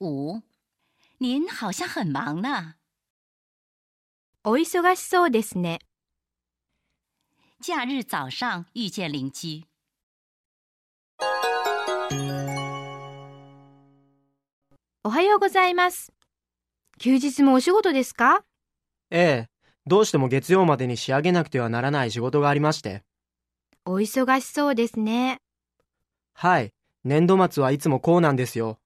五，您好像很忙呢。お忙しそうですね。假日早上遇见邻居，おはようございます。休日もお仕事ですかええ、どうしても月曜までに仕上げなくてはならない仕事がありまして。お忙しそうですね。はい、年度末はいつもこうなんですよ。